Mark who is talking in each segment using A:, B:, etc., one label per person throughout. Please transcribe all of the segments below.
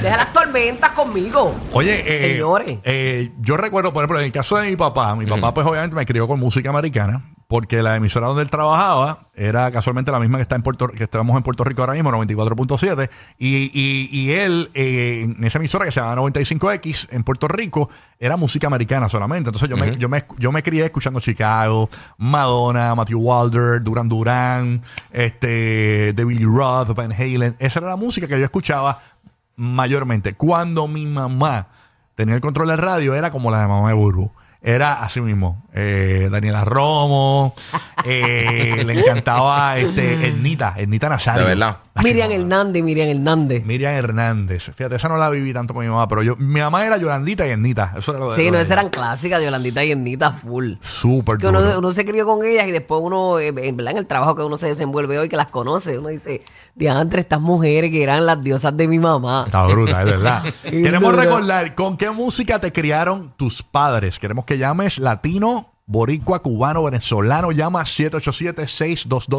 A: Deja las tormentas conmigo.
B: Oye, eh,
A: Señores.
B: eh, yo recuerdo, por ejemplo, en el caso de mi papá, mi papá pues obviamente me crió con música americana, porque la emisora donde él trabajaba era casualmente la misma que está en Puerto, que estamos en Puerto Rico ahora mismo, 94.7, y, y, y él, eh, en esa emisora que se llama 95X en Puerto Rico, era música americana solamente. Entonces yo, me, yo, me, yo me crié escuchando Chicago, Madonna, Matthew Wilder, Duran Duran, este, de Billy Roth, Van Halen. Esa era la música que yo escuchaba mayormente. Cuando mi mamá tenía el control de radio, era como la de mamá de Burbu. Era así mismo. Eh, Daniela Romo, eh, le encantaba este, Ernita, Ernita Nazario.
C: De verdad.
B: Ay,
A: Miriam
B: mamá.
A: Hernández, Miriam Hernández.
B: Miriam Hernández. Fíjate, esa no la viví tanto con mi mamá, pero yo, mi mamá era Yolandita y Ernita. Eso era lo de
A: Sí,
B: lo
A: no,
B: de-
A: esas eran clásicas, Yolandita y Ernita full.
B: Súper
A: que uno,
B: duro.
A: uno se crió con ellas y después uno, eh, en, verdad, en el trabajo que uno se desenvuelve hoy, que las conoce, uno dice, diantre, estas mujeres que eran las diosas de mi mamá.
B: Está bruta, es verdad.
A: Qué
B: Queremos
A: duro.
B: recordar con qué música te criaron tus padres. Queremos que llames latino, boricua, cubano, venezolano. Llama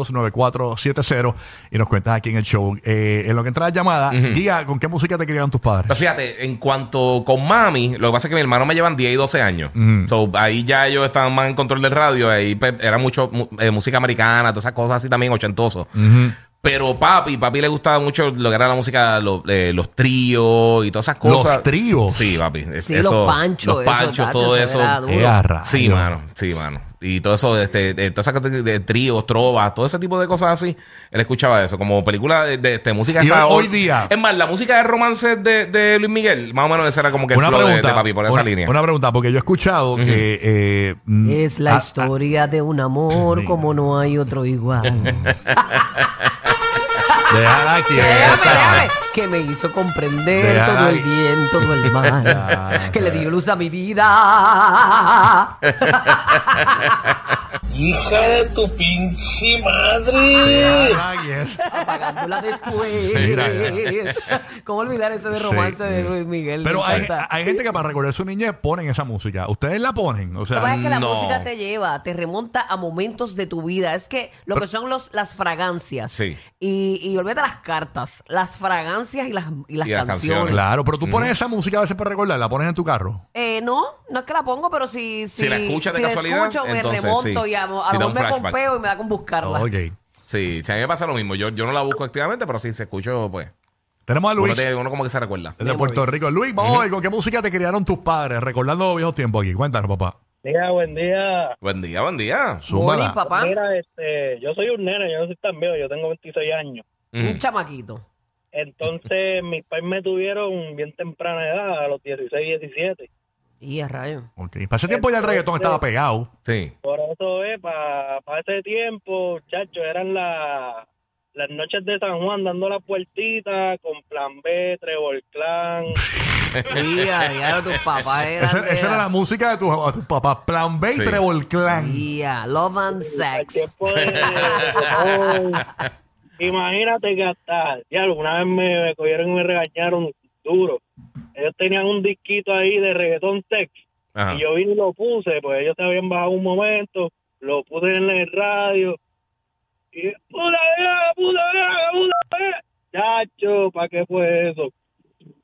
B: 787-622-9470 y nos cuentas aquí en el show. Eh, en lo que entra la llamada, guía, ¿con qué música te criaron tus
C: Pues
B: padres?
C: fíjate, en cuanto con mami, lo que pasa es que mi hermano me llevan 10 y 12 años. So, ahí ya ellos estaban más en control del radio. Ahí pues, era mucho mu- eh, música americana, todas esas cosas así también, ochentoso. Pero papi, papi le gustaba mucho lo que era la música, lo- eh, los tríos y todas esas
B: Los
C: cosas.
B: tríos.
C: Sí, papi.
A: Sí, los panchos,
C: Los
A: eso,
C: panchos,
A: tacho,
C: todo
A: eso
C: eso.
A: era duro.
B: Eh, a rayos.
C: Sí, mano, sí, mano. Y todo eso, este, de, todas esas cosas de tríos, trovas, todo ese tipo de cosas así. Él escuchaba eso, como película de, de- de música.
B: Y
C: esa
B: hoy-
C: o-
B: hoy día-
C: Es más, la música de romance de, de Luis Miguel, más o menos esa era como que el
B: Una
C: flow de-
B: pregunta,
C: de, papi por esa
B: una,
C: línea.
B: una pregunta, porque yo he escuchado que... eh, mm,
A: Es la
B: a-
A: historia de un amor como no hay otro igual.
B: a- ah, déjala quieta.
A: Déjame, déjame, que me hizo comprender
B: Deja-
A: todo el bien, todo el
B: Ah,
A: mal, que le dio luz a mi vida.
D: Hija de tu pinche madre.
B: Déjala quieta.
A: Apagándola
B: Mira,
A: después. ¿Cómo olvidar eso de romance
B: Sí. eh.
A: de Luis Miguel?
B: Pero
A: Me
B: hay,
A: encanta.
B: hay gente que para recordar su niñez ponen esa música. Ustedes la ponen. O sea,
A: Lo que pasa es que la
C: No.
A: música te lleva, te remonta a momentos de tu vida. Es que lo que son los, las fragancias.
C: Sí.
A: Y, y olvídate las cartas, las fragancias y las, y las
C: Y las
A: canciones.
C: canciones.
B: Claro, pero tú pones esa música a veces para recordar, la pones en tu carro.
A: Eh, no, no es que la pongo, pero si, si,
C: Si la escuchas de
A: si la
C: casualidad,
A: escucho, me
C: entonces,
A: remonto
C: sí.
A: y a, a
C: Si da
A: lo mejor
C: un
A: me
C: flashback.
A: pompeo y me da con buscarla.
B: Ok.
C: Sí, sí, a mí me pasa lo mismo. Yo, yo no la busco activamente, pero sí se escucho, pues.
B: Tenemos a
C: Uno,
B: Luis
C: te- uno como que se recuerda.
B: de Puerto
A: Memories.
B: Rico. Luis, vamos a ver con qué música te criaron tus padres, recordando viejos tiempos aquí. Cuéntanos, papá.
D: Día, buen día.
C: Buen día, buen día.
A: Moni,
B: Súmala.
A: papá,
D: Mira, este, yo soy un nene, yo no soy tan viejo, yo tengo 26 años.
A: un
C: Mm.
A: chamaquito.
D: Entonces, mis padres me tuvieron bien temprana edad, a los 16, 17.
A: Y a rayo.
B: Ok. Para ese tiempo ya el reggaetón estaba pegado.
C: Sí.
D: Por eso, eh, para ese tiempo, chacho, eran la- las noches de San Juan dando la puertita con Plan B, Trevor Clan.
A: Y a diablo, tus papás eran.
B: Esa,
A: de
B: esa era la música de tus tus papás. Plan B y
C: Sí.
B: Trevor Clan.
A: Y a Love and
D: Al
A: Sex.
D: tiempo de- Oh, imagínate que hasta, ya alguna vez me, me cogieron y me regañaron duro. tenían un disquito ahí de reggaetón tech.
C: Ajá.
D: Y yo vine y lo puse, pues ellos se habían bajado un momento, lo puse en el radio. Y puta vieja, puta vieja, puta vieja. Chacho, ¿para qué fue eso?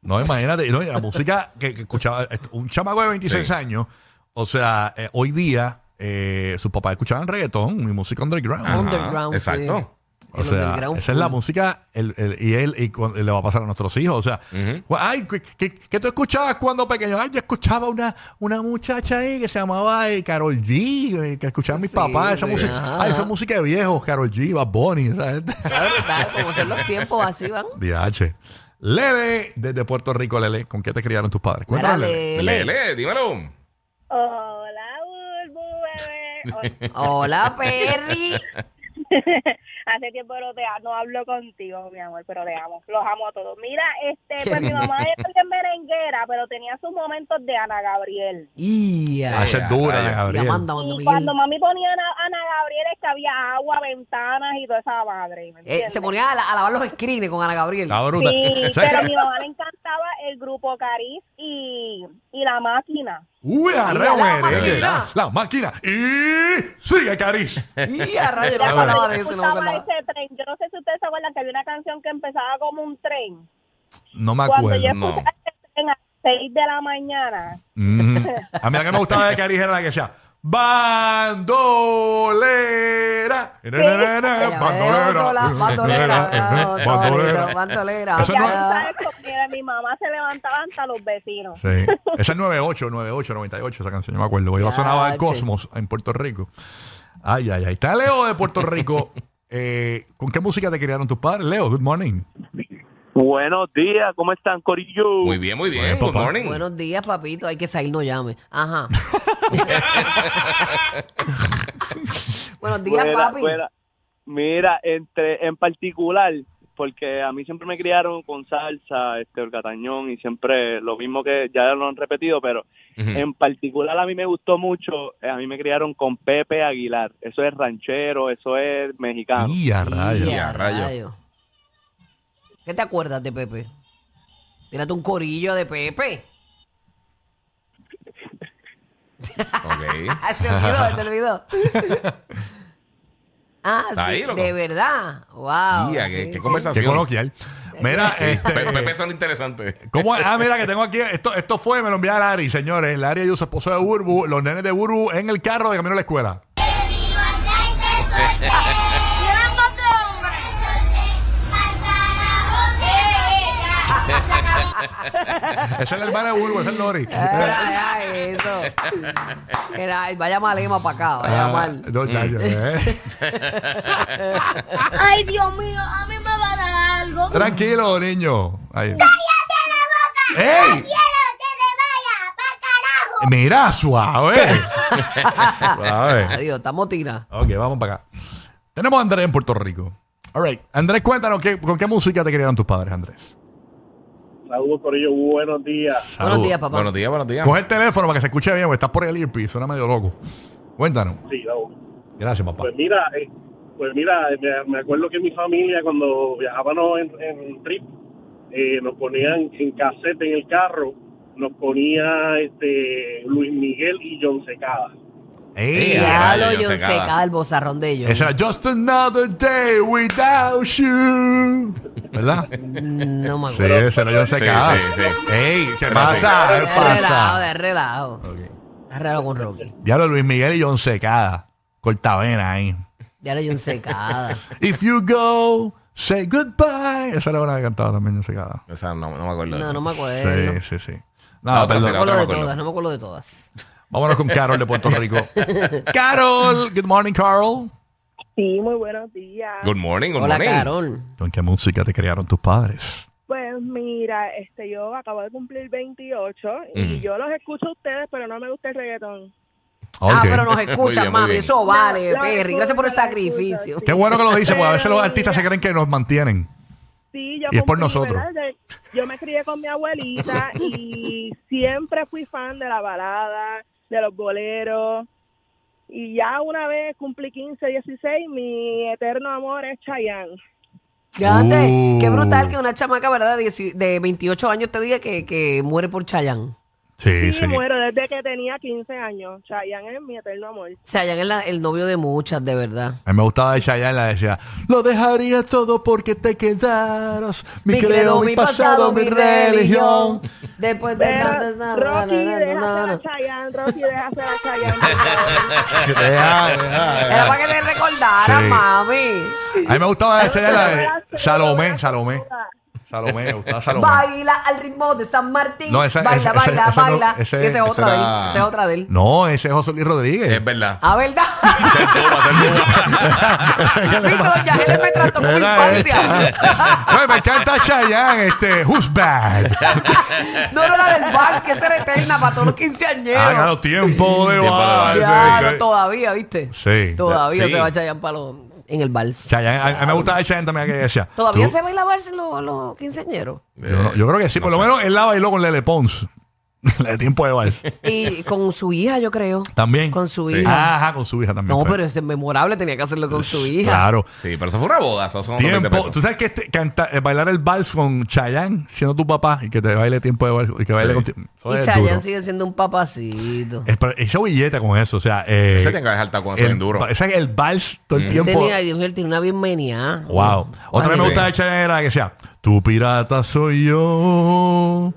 B: No, imagínate, no, y la música que, que escuchaba est- un chamaco de 26
C: Sí.
B: años, o sea, eh, hoy día eh, sus papás escuchaban reggaetón y música underground.
A: Ah,
C: Ajá,
A: Underground, sí.
C: Exacto.
B: O
A: El
B: sea,
A: underground
B: esa es la
A: full.
B: música el- el- y él y cu- le va a pasar a nuestros hijos. O sea,
C: Ujú.
B: ay, ¿qué, qué, qué tú escuchabas cuando pequeño? Ay, yo escuchaba una, una muchacha ahí que se llamaba eh, Carol G, eh, que escuchaba mis
A: Sí,
B: papás. Esa
A: sí.
B: música,
A: Ajá.
B: ay, esa música de viejos, Carol G, Bad Bunny. esa gente.
A: Claro, claro, como son los tiempos así, van.
B: DH. Lele, desde Puerto Rico, Lele, ¿con qué te criaron tus padres? Cuéntame,
A: Dale.
B: Lele.
C: Lele, dímelo.
E: Hola, Bulbu, bebé.
A: Hola, Perry.
E: Hace tiempo no, te, no hablo contigo, mi amor, pero te amo. Los amo a todos. Mira, este, pues mi mamá era bien merenguera, pero tenía sus momentos de Ana Gabriel.
B: Ah,
A: Ya.
B: esa es dura,
C: Ay,
B: Ana
C: ya
B: Gabriel.
A: manda, manda,
E: Y
A: Miguel.
E: cuando mami ponía Ana, Ana Gabriel es que había agua, ventanas y toda esa madre. ¿me
A: Eh, se
E: entiendes?
A: ponía a, la- a lavar los screens con Ana Gabriel.
B: Está bruta.
E: Sí,
B: ¿Sabes
E: pero a
B: qué?
E: mi mamá le encantaba el grupo Cariz y, y la máquina.
B: Uy, arreo
A: La
B: merengue.
A: máquina.
B: La máquina. Y sigue, Cariz.
A: Y a rayos, no
B: Ya,
A: se hablaba de
E: Yo
A: eso, no se
E: escuchaba
A: hablaba.
E: ese tren. Yo no sé si ustedes se acuerdan que había una canción que empezaba como un tren.
B: No me
E: Cuando
B: acuerdo.
E: yo
C: No.
E: escuchaba ese tren a las 6 de la mañana,
B: Ujú. Mm. A mí la que me gustaba de Cariz era la que decía bandolera.
A: Ya
B: Bandolera.
A: veo, sola, Bandolera. veo, solito,
B: Bandolera.
A: Bandolera.
B: Eso
E: ya
B: no-
E: tú sabes cómo era, mi mamá se levantaba hasta los vecinos.
B: Sí. Esa es 98, 98, 98, esa canción, yo me acuerdo. Yo la sonaba en
A: Yache.
B: Cosmos, en Puerto Rico. Ay, ay, ay. Está Leo de Puerto Rico. Eh, ¿Con qué música te criaron tus padres? Leo, good morning.
F: Buenos días, ¿cómo están, Corillo?
C: Muy bien, muy bien.
B: Bueno,
C: Good
B: papá.
C: morning.
A: Buenos días, papito. Hay que salir, no llame. Ajá. Buenos días,
F: Fuera,
A: papi.
F: fuera. Mira, entre en particular, porque a mí siempre me criaron con salsa, este orgatañón y siempre lo mismo que ya lo han repetido, pero
C: Ujú.
F: en particular a mí me gustó mucho, eh, a mí me criaron con Pepe Aguilar, eso es ranchero, eso es mexicano.
B: Y a rayos.
A: Y a
C: rayos.
A: rayos. ¿Qué te acuerdas de Pepe? Tírate un corillo de Pepe.
C: Ok.
A: Ah, se olvidó, se olvidó. ah,
C: Está ahí,
A: sí,
C: loco.
A: de verdad. Wow.
C: Día, qué- qué
A: sí.
C: conversación.
B: Qué coloquial. Mira, este.
C: Pe- Pepe son interesantes.
B: ¿Cómo es? Ah, mira que tengo aquí. Esto, esto fue, me lo envía Larry, señores. Larry y su esposo de Burbu, los nenes de Burbu en el carro de camino a la escuela. Esa es la hermana de Burbu, esa es Lori.
A: Era, era eso. Era, ay, vaya malema para acá, vaya
B: Ah,
A: mal.
B: no, chayo, eh.
E: Ay, Dios mío, a mí me va a dar algo.
B: Tranquilo, niño. Ahí. ¡Ey! Mira, suave. suave.
A: Adiós, estamos tira.
B: Ok, vamos para acá. Tenemos a Andrés en Puerto Rico. All right. Andrés, cuéntanos, ¿qué- ¿con qué música te criaron tus padres, Andrés?
D: Saludos, Corillo, buenos días.
B: Saludos.
A: Buenos días, papá.
C: Buenos días, buenos días.
B: Coge el teléfono para que se escuche bien, porque estás por el earpiece, suena medio loco. Cuéntanos.
D: Sí,
B: Gracias, papá.
D: Pues mira, eh, pues mira, eh, me, me acuerdo que mi familia cuando viajábamos en, en trip, eh, nos ponían en cassette en el carro, nos ponía este Luis Miguel y John Secada.
B: Ey,
C: Ey,
B: ah,
C: ah.
A: Diablo,
C: Ay,
A: yo
C: John Secada.
A: secada el bozarrón de ellos.
B: Esa era Just Another Day Without You. ¿Verdad?
A: No me
B: Sí,
A: acuerdo.
B: ese era John
C: Sí,
B: Secada.
C: sí, sí.
B: Ey, ¿qué
C: Pero
B: pasa? ¿Qué
A: De relajo,
B: pasa?
A: de relajo. De relajo con Rocky.
B: Diablo Luis Miguel y John Secada. Cortavena ahí.
A: Ya era yo secada.
B: If you go, say goodbye. Esa era una que cantaba también John Secada.
C: O sea, no, no me acuerdo de
A: No,
C: eso.
A: no me
B: Sí,
A: acuerdo.
B: sí, sí.
C: La
B: Nada,
C: otra
B: perdón.
C: Secada. Otra me
A: No me acuerdo de
C: acuerdo.
A: todas, no me acuerdo de todas.
B: Vámonos con Carol de Puerto Rico. Carol, good morning, Carol.
E: Sí, muy buenos días.
C: Good morning, good
A: Hola,
C: morning.
A: Carol.
B: ¿Con qué música te crearon tus padres?
E: Pues mira, este, yo acabo de cumplir 28
C: Ujú.
E: y yo los escucho a ustedes, pero no me gusta el reggaetón.
B: Ok.
A: Ah, pero nos
C: Muy bien,
A: escuchan,
C: muy
A: mami.
C: bien.
A: Eso vale,
E: La- la
A: Perry. Gracias por el
E: excusa, la
A: sacrificio.
E: excusa,
B: Qué bueno que lo dice, porque a veces
E: Pero
B: los artistas se creen que nos mantienen.
E: Sí, yo
B: Y es por
E: cumplí,
B: nosotros.
E: ¿verdad? De- Yo me crié con mi abuelita y siempre fui fan de la balada, de los boleros. Y ya una vez cumplí 15, 16, mi eterno amor es Chayanne.
A: Fíjate,
B: Uh.
A: qué brutal que una chamaca, ¿verdad? De, dieci- de 28 años te diga que, que muere por Chayanne.
B: Sí,
E: Sí,
B: sí.
E: muero desde que tenía 15 años. Chayanne es mi eterno amor.
A: Chayanne es la- el novio de muchas, de verdad.
B: A mí me gustaba de Chayanne, la decía, lo dejaría todo porque te quedaras, mi, credo, mi pasado, mi religión.
A: Después de tantas-
E: Pero, Rocky, deja hacer a Chayanne, Rocky, deja hacer a Chayanne.
B: Deja, deja,
A: Era
B: deja.
A: para que te recordara,
B: Sí.
A: mami.
B: A mí me gustaba de Chayanne, la de eh, Salomé, Salomé. Salomé, me gustaba Salomé.
A: Baila al ritmo de San Martín.
B: No, esa-
A: baila,
B: esa- esa-
A: baila,
B: esa no-
A: baila.
B: ese-
A: sí, esa es
C: esa
A: otra
C: era-
A: de él. Esa es otra de él.
B: No, ese es José Luis Rodríguez.
C: Es verdad.
A: Ah, ¿verdad? Viste, doña Helen me trató como
B: Era
A: infancia.
B: esa. Ay, me encanta Chayanne, este, Who's Bad.
A: No, no, la del vals, que esa era eterna para todos los quinceañeros.
B: Hagan los tiempos de
C: Tiempo de
B: vals.
C: vals.
A: Claro,
B: Sí.
A: todavía, ¿viste?
B: Sí.
A: Todavía
C: Sí.
A: se va a Chayanne palo en el vals.
B: Chayanne, a, a mí me gustaba Chayanne también aquella decía,
A: ¿Todavía
B: tú-
A: se baila vals en los, los quinceañeros?
B: Yo, no- yo creo que sí, por lo menos él la bailó con Lele Pons. La de tiempo de vals.
A: Y con su hija, yo creo.
B: También.
A: Con su
C: Sí.
A: hija.
B: Ah, Ajá, con su hija también.
A: No,
B: fue.
A: pero ese es memorable, tenía que hacerlo con su hija.
B: Claro.
C: Sí, pero eso fue una boda. Eso son 20
B: Tiempo.
C: pesos.
B: Tú sabes que este- canta- eh, bailar el vals con Chayanne, siendo tu papá, y que te baile tiempo de vals y que baile
C: Sí.
B: contigo. Eso
A: Y
B: es
A: Chayanne
B: duro.
A: sigue siendo un papacito.
B: Es, pero esa billeta con eso, o sea. Eh,
C: Ese tiene que haber jaltado con eso
B: el-
C: bien duro. Mm.
B: ese es el vals todo el tiempo.
A: Tenía, Dios mío, él tiene una bienvenida.
B: Wow. Otra vez me
C: Sí.
B: gustaba de Chayanne era que decía, tu pirata soy yo.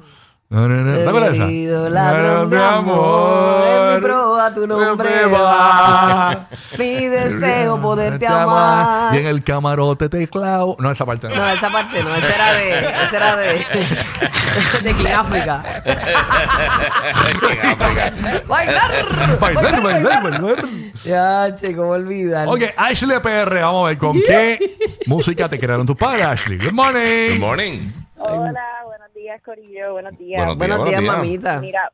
B: Na, na, na. ¿Te acuerdas de esa?
A: Querido ladrón de amor, en mi proa tu nombre
B: me
A: va. Mi deseo poderte
B: Te amar.
A: amar.
B: Y en el camarote te clavo. No, esa parte no.
A: No, esa parte no, esa era de, esa era de, de King África. bailar,
B: Bailar, bailar, bailar.
A: Ya, che, cómo olvidar.
B: Ok, Ashley PR, vamos a ver con qué música te crearon tus padres, Ashley. Good morning.
C: Good morning.
E: Hola, buenos días, Corillo, buenos días.
C: Buenos
A: Buenos
C: Buenos
A: días,
C: días.
A: mamita.
E: Mira,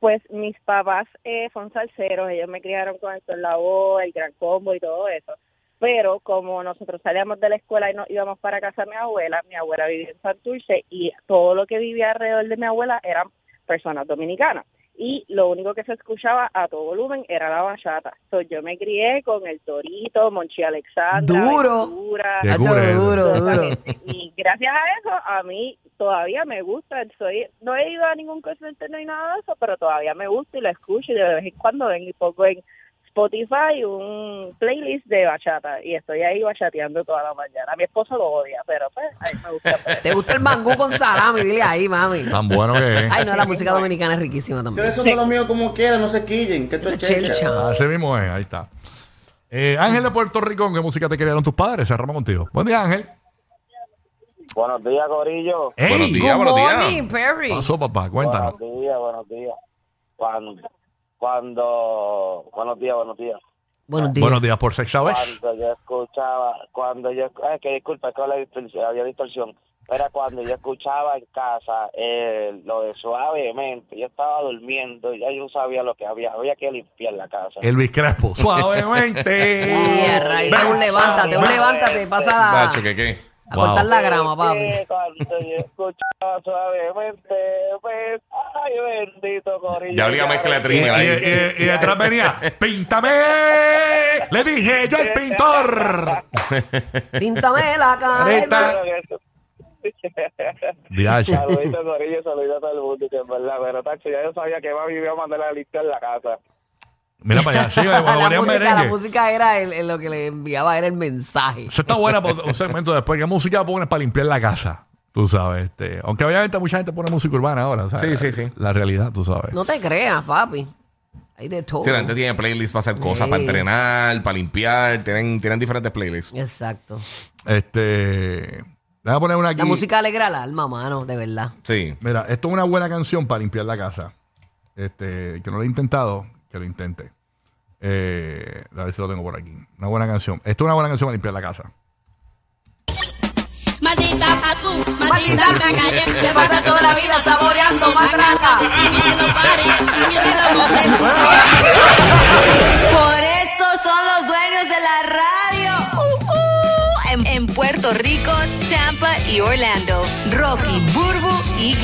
E: pues mis papás eh, son salseros, ellos me criaron con el Sol la voz, el gran combo y todo eso. Pero como nosotros salíamos de la escuela y nos íbamos para casa de mi abuela, mi abuela vivía en Santurce y todo lo que vivía alrededor de mi abuela eran personas dominicanas. Y lo único que se escuchaba a todo volumen era la bachata. So, yo me crié con el Torito, Monchi Alexandra,
A: Duro.
E: Ventura,
B: Qué
A: Hacho,
B: cubre eso.
A: duro, duro.
E: y gracias a eso, a mí todavía me gusta. Soy, no he ido a ningún concierto ni nada de eso, pero todavía me gusta y lo escucho. Y de vez en cuando vengo y pongo en Spotify un playlist de bachata. Y estoy ahí bachateando toda la mañana. Mi esposo lo odia, pero pues, a mí me gusta.
A: ¿Te gusta el mangú con salami? Dile ahí, mami.
B: Tan bueno que es.
A: Ay, no, la música dominicana es riquísima también.
G: Ustedes son todos míos como quieran, no se quillen, que tú es chelcha.
A: Chelcha.
B: Así Ah, mismo es, ahí está. Eh, Ángel de Puerto Rico, ¿con qué música te crearon tus padres? Cerramos contigo. Buen día, Ángel.
H: Buenos días, Corillo.
B: Ey,
C: Buenos días.
A: Good
C: buenos días.
A: morning, Perry.
B: ¿qué pasó, papá? Cuéntanos.
H: Buenos días, buenos días. Cuando, cuando, buenos días, buenos días.
A: Buenos días.
B: Buenos días por sexta vez.
H: Cuando yo escuchaba, cuando yo, ay, que disculpa, es que había distorsión- había distorsión. Era cuando yo escuchaba en casa eh, lo de suavemente. Yo estaba durmiendo y ya yo sabía lo que había. Había que limpiar la casa.
B: Elvis Crespo. Suavemente.
A: Sí, a raíz. Un levántate, un levántate, pasa a,
C: Tacho, que qué.
A: a cortar la grama,
H: Sí,
A: papi.
H: Cuando yo escuchaba suavemente, pues, ay, bendito Corillo.
C: Ya olía mezcla de
B: Y,
C: trimel
B: y-
C: ahí.
B: y- y detrás venía, píntame. Le dije yo al pintor.
A: Píntame la
B: Ahí
A: cara.
B: está. Diache.
H: Saludito, Corillo, saludito a todo el mundo, que es verdad. Pero, Tacho, ya yo sabía que mami iba a mandar a limpiar la casa.
B: Mira para allá. Sí, cuando
A: La
B: ponían
A: música, la
B: merengue.
A: música era el- el- lo que le enviaba, era el mensaje.
B: Eso está buena para un segmento después. ¿Qué música pones para limpiar la casa? Tú sabes. Este, aunque obviamente mucha gente pone música urbana ahora. o sea,
C: Sí, sí, sí.
B: La realidad, tú sabes.
A: No te creas, papi. Hay de todo.
C: Sí, la gente tiene playlists para hacer cosas,
A: Sí.
C: para entrenar, para limpiar. Tienen, tienen diferentes playlists.
A: Exacto.
B: Este. Déjame poner una aquí.
A: La música alegra el alma, mano, de verdad.
C: Sí.
B: Mira, esto es una buena canción para limpiar la casa. Este, que no lo he intentado, que lo intente. Eh, a ver si lo tengo por aquí. Una buena canción. Esto es una buena canción para limpiar la casa.
I: Maldita a tú, maldita la calle, te pasa toda la vida saboreando matraca. Y que no pare, y que no botes.
J: Por eso son los dueños de la radio. Uh, uh. En, en Puerto Rico, Tampa y Orlando. Rocky, Burbu y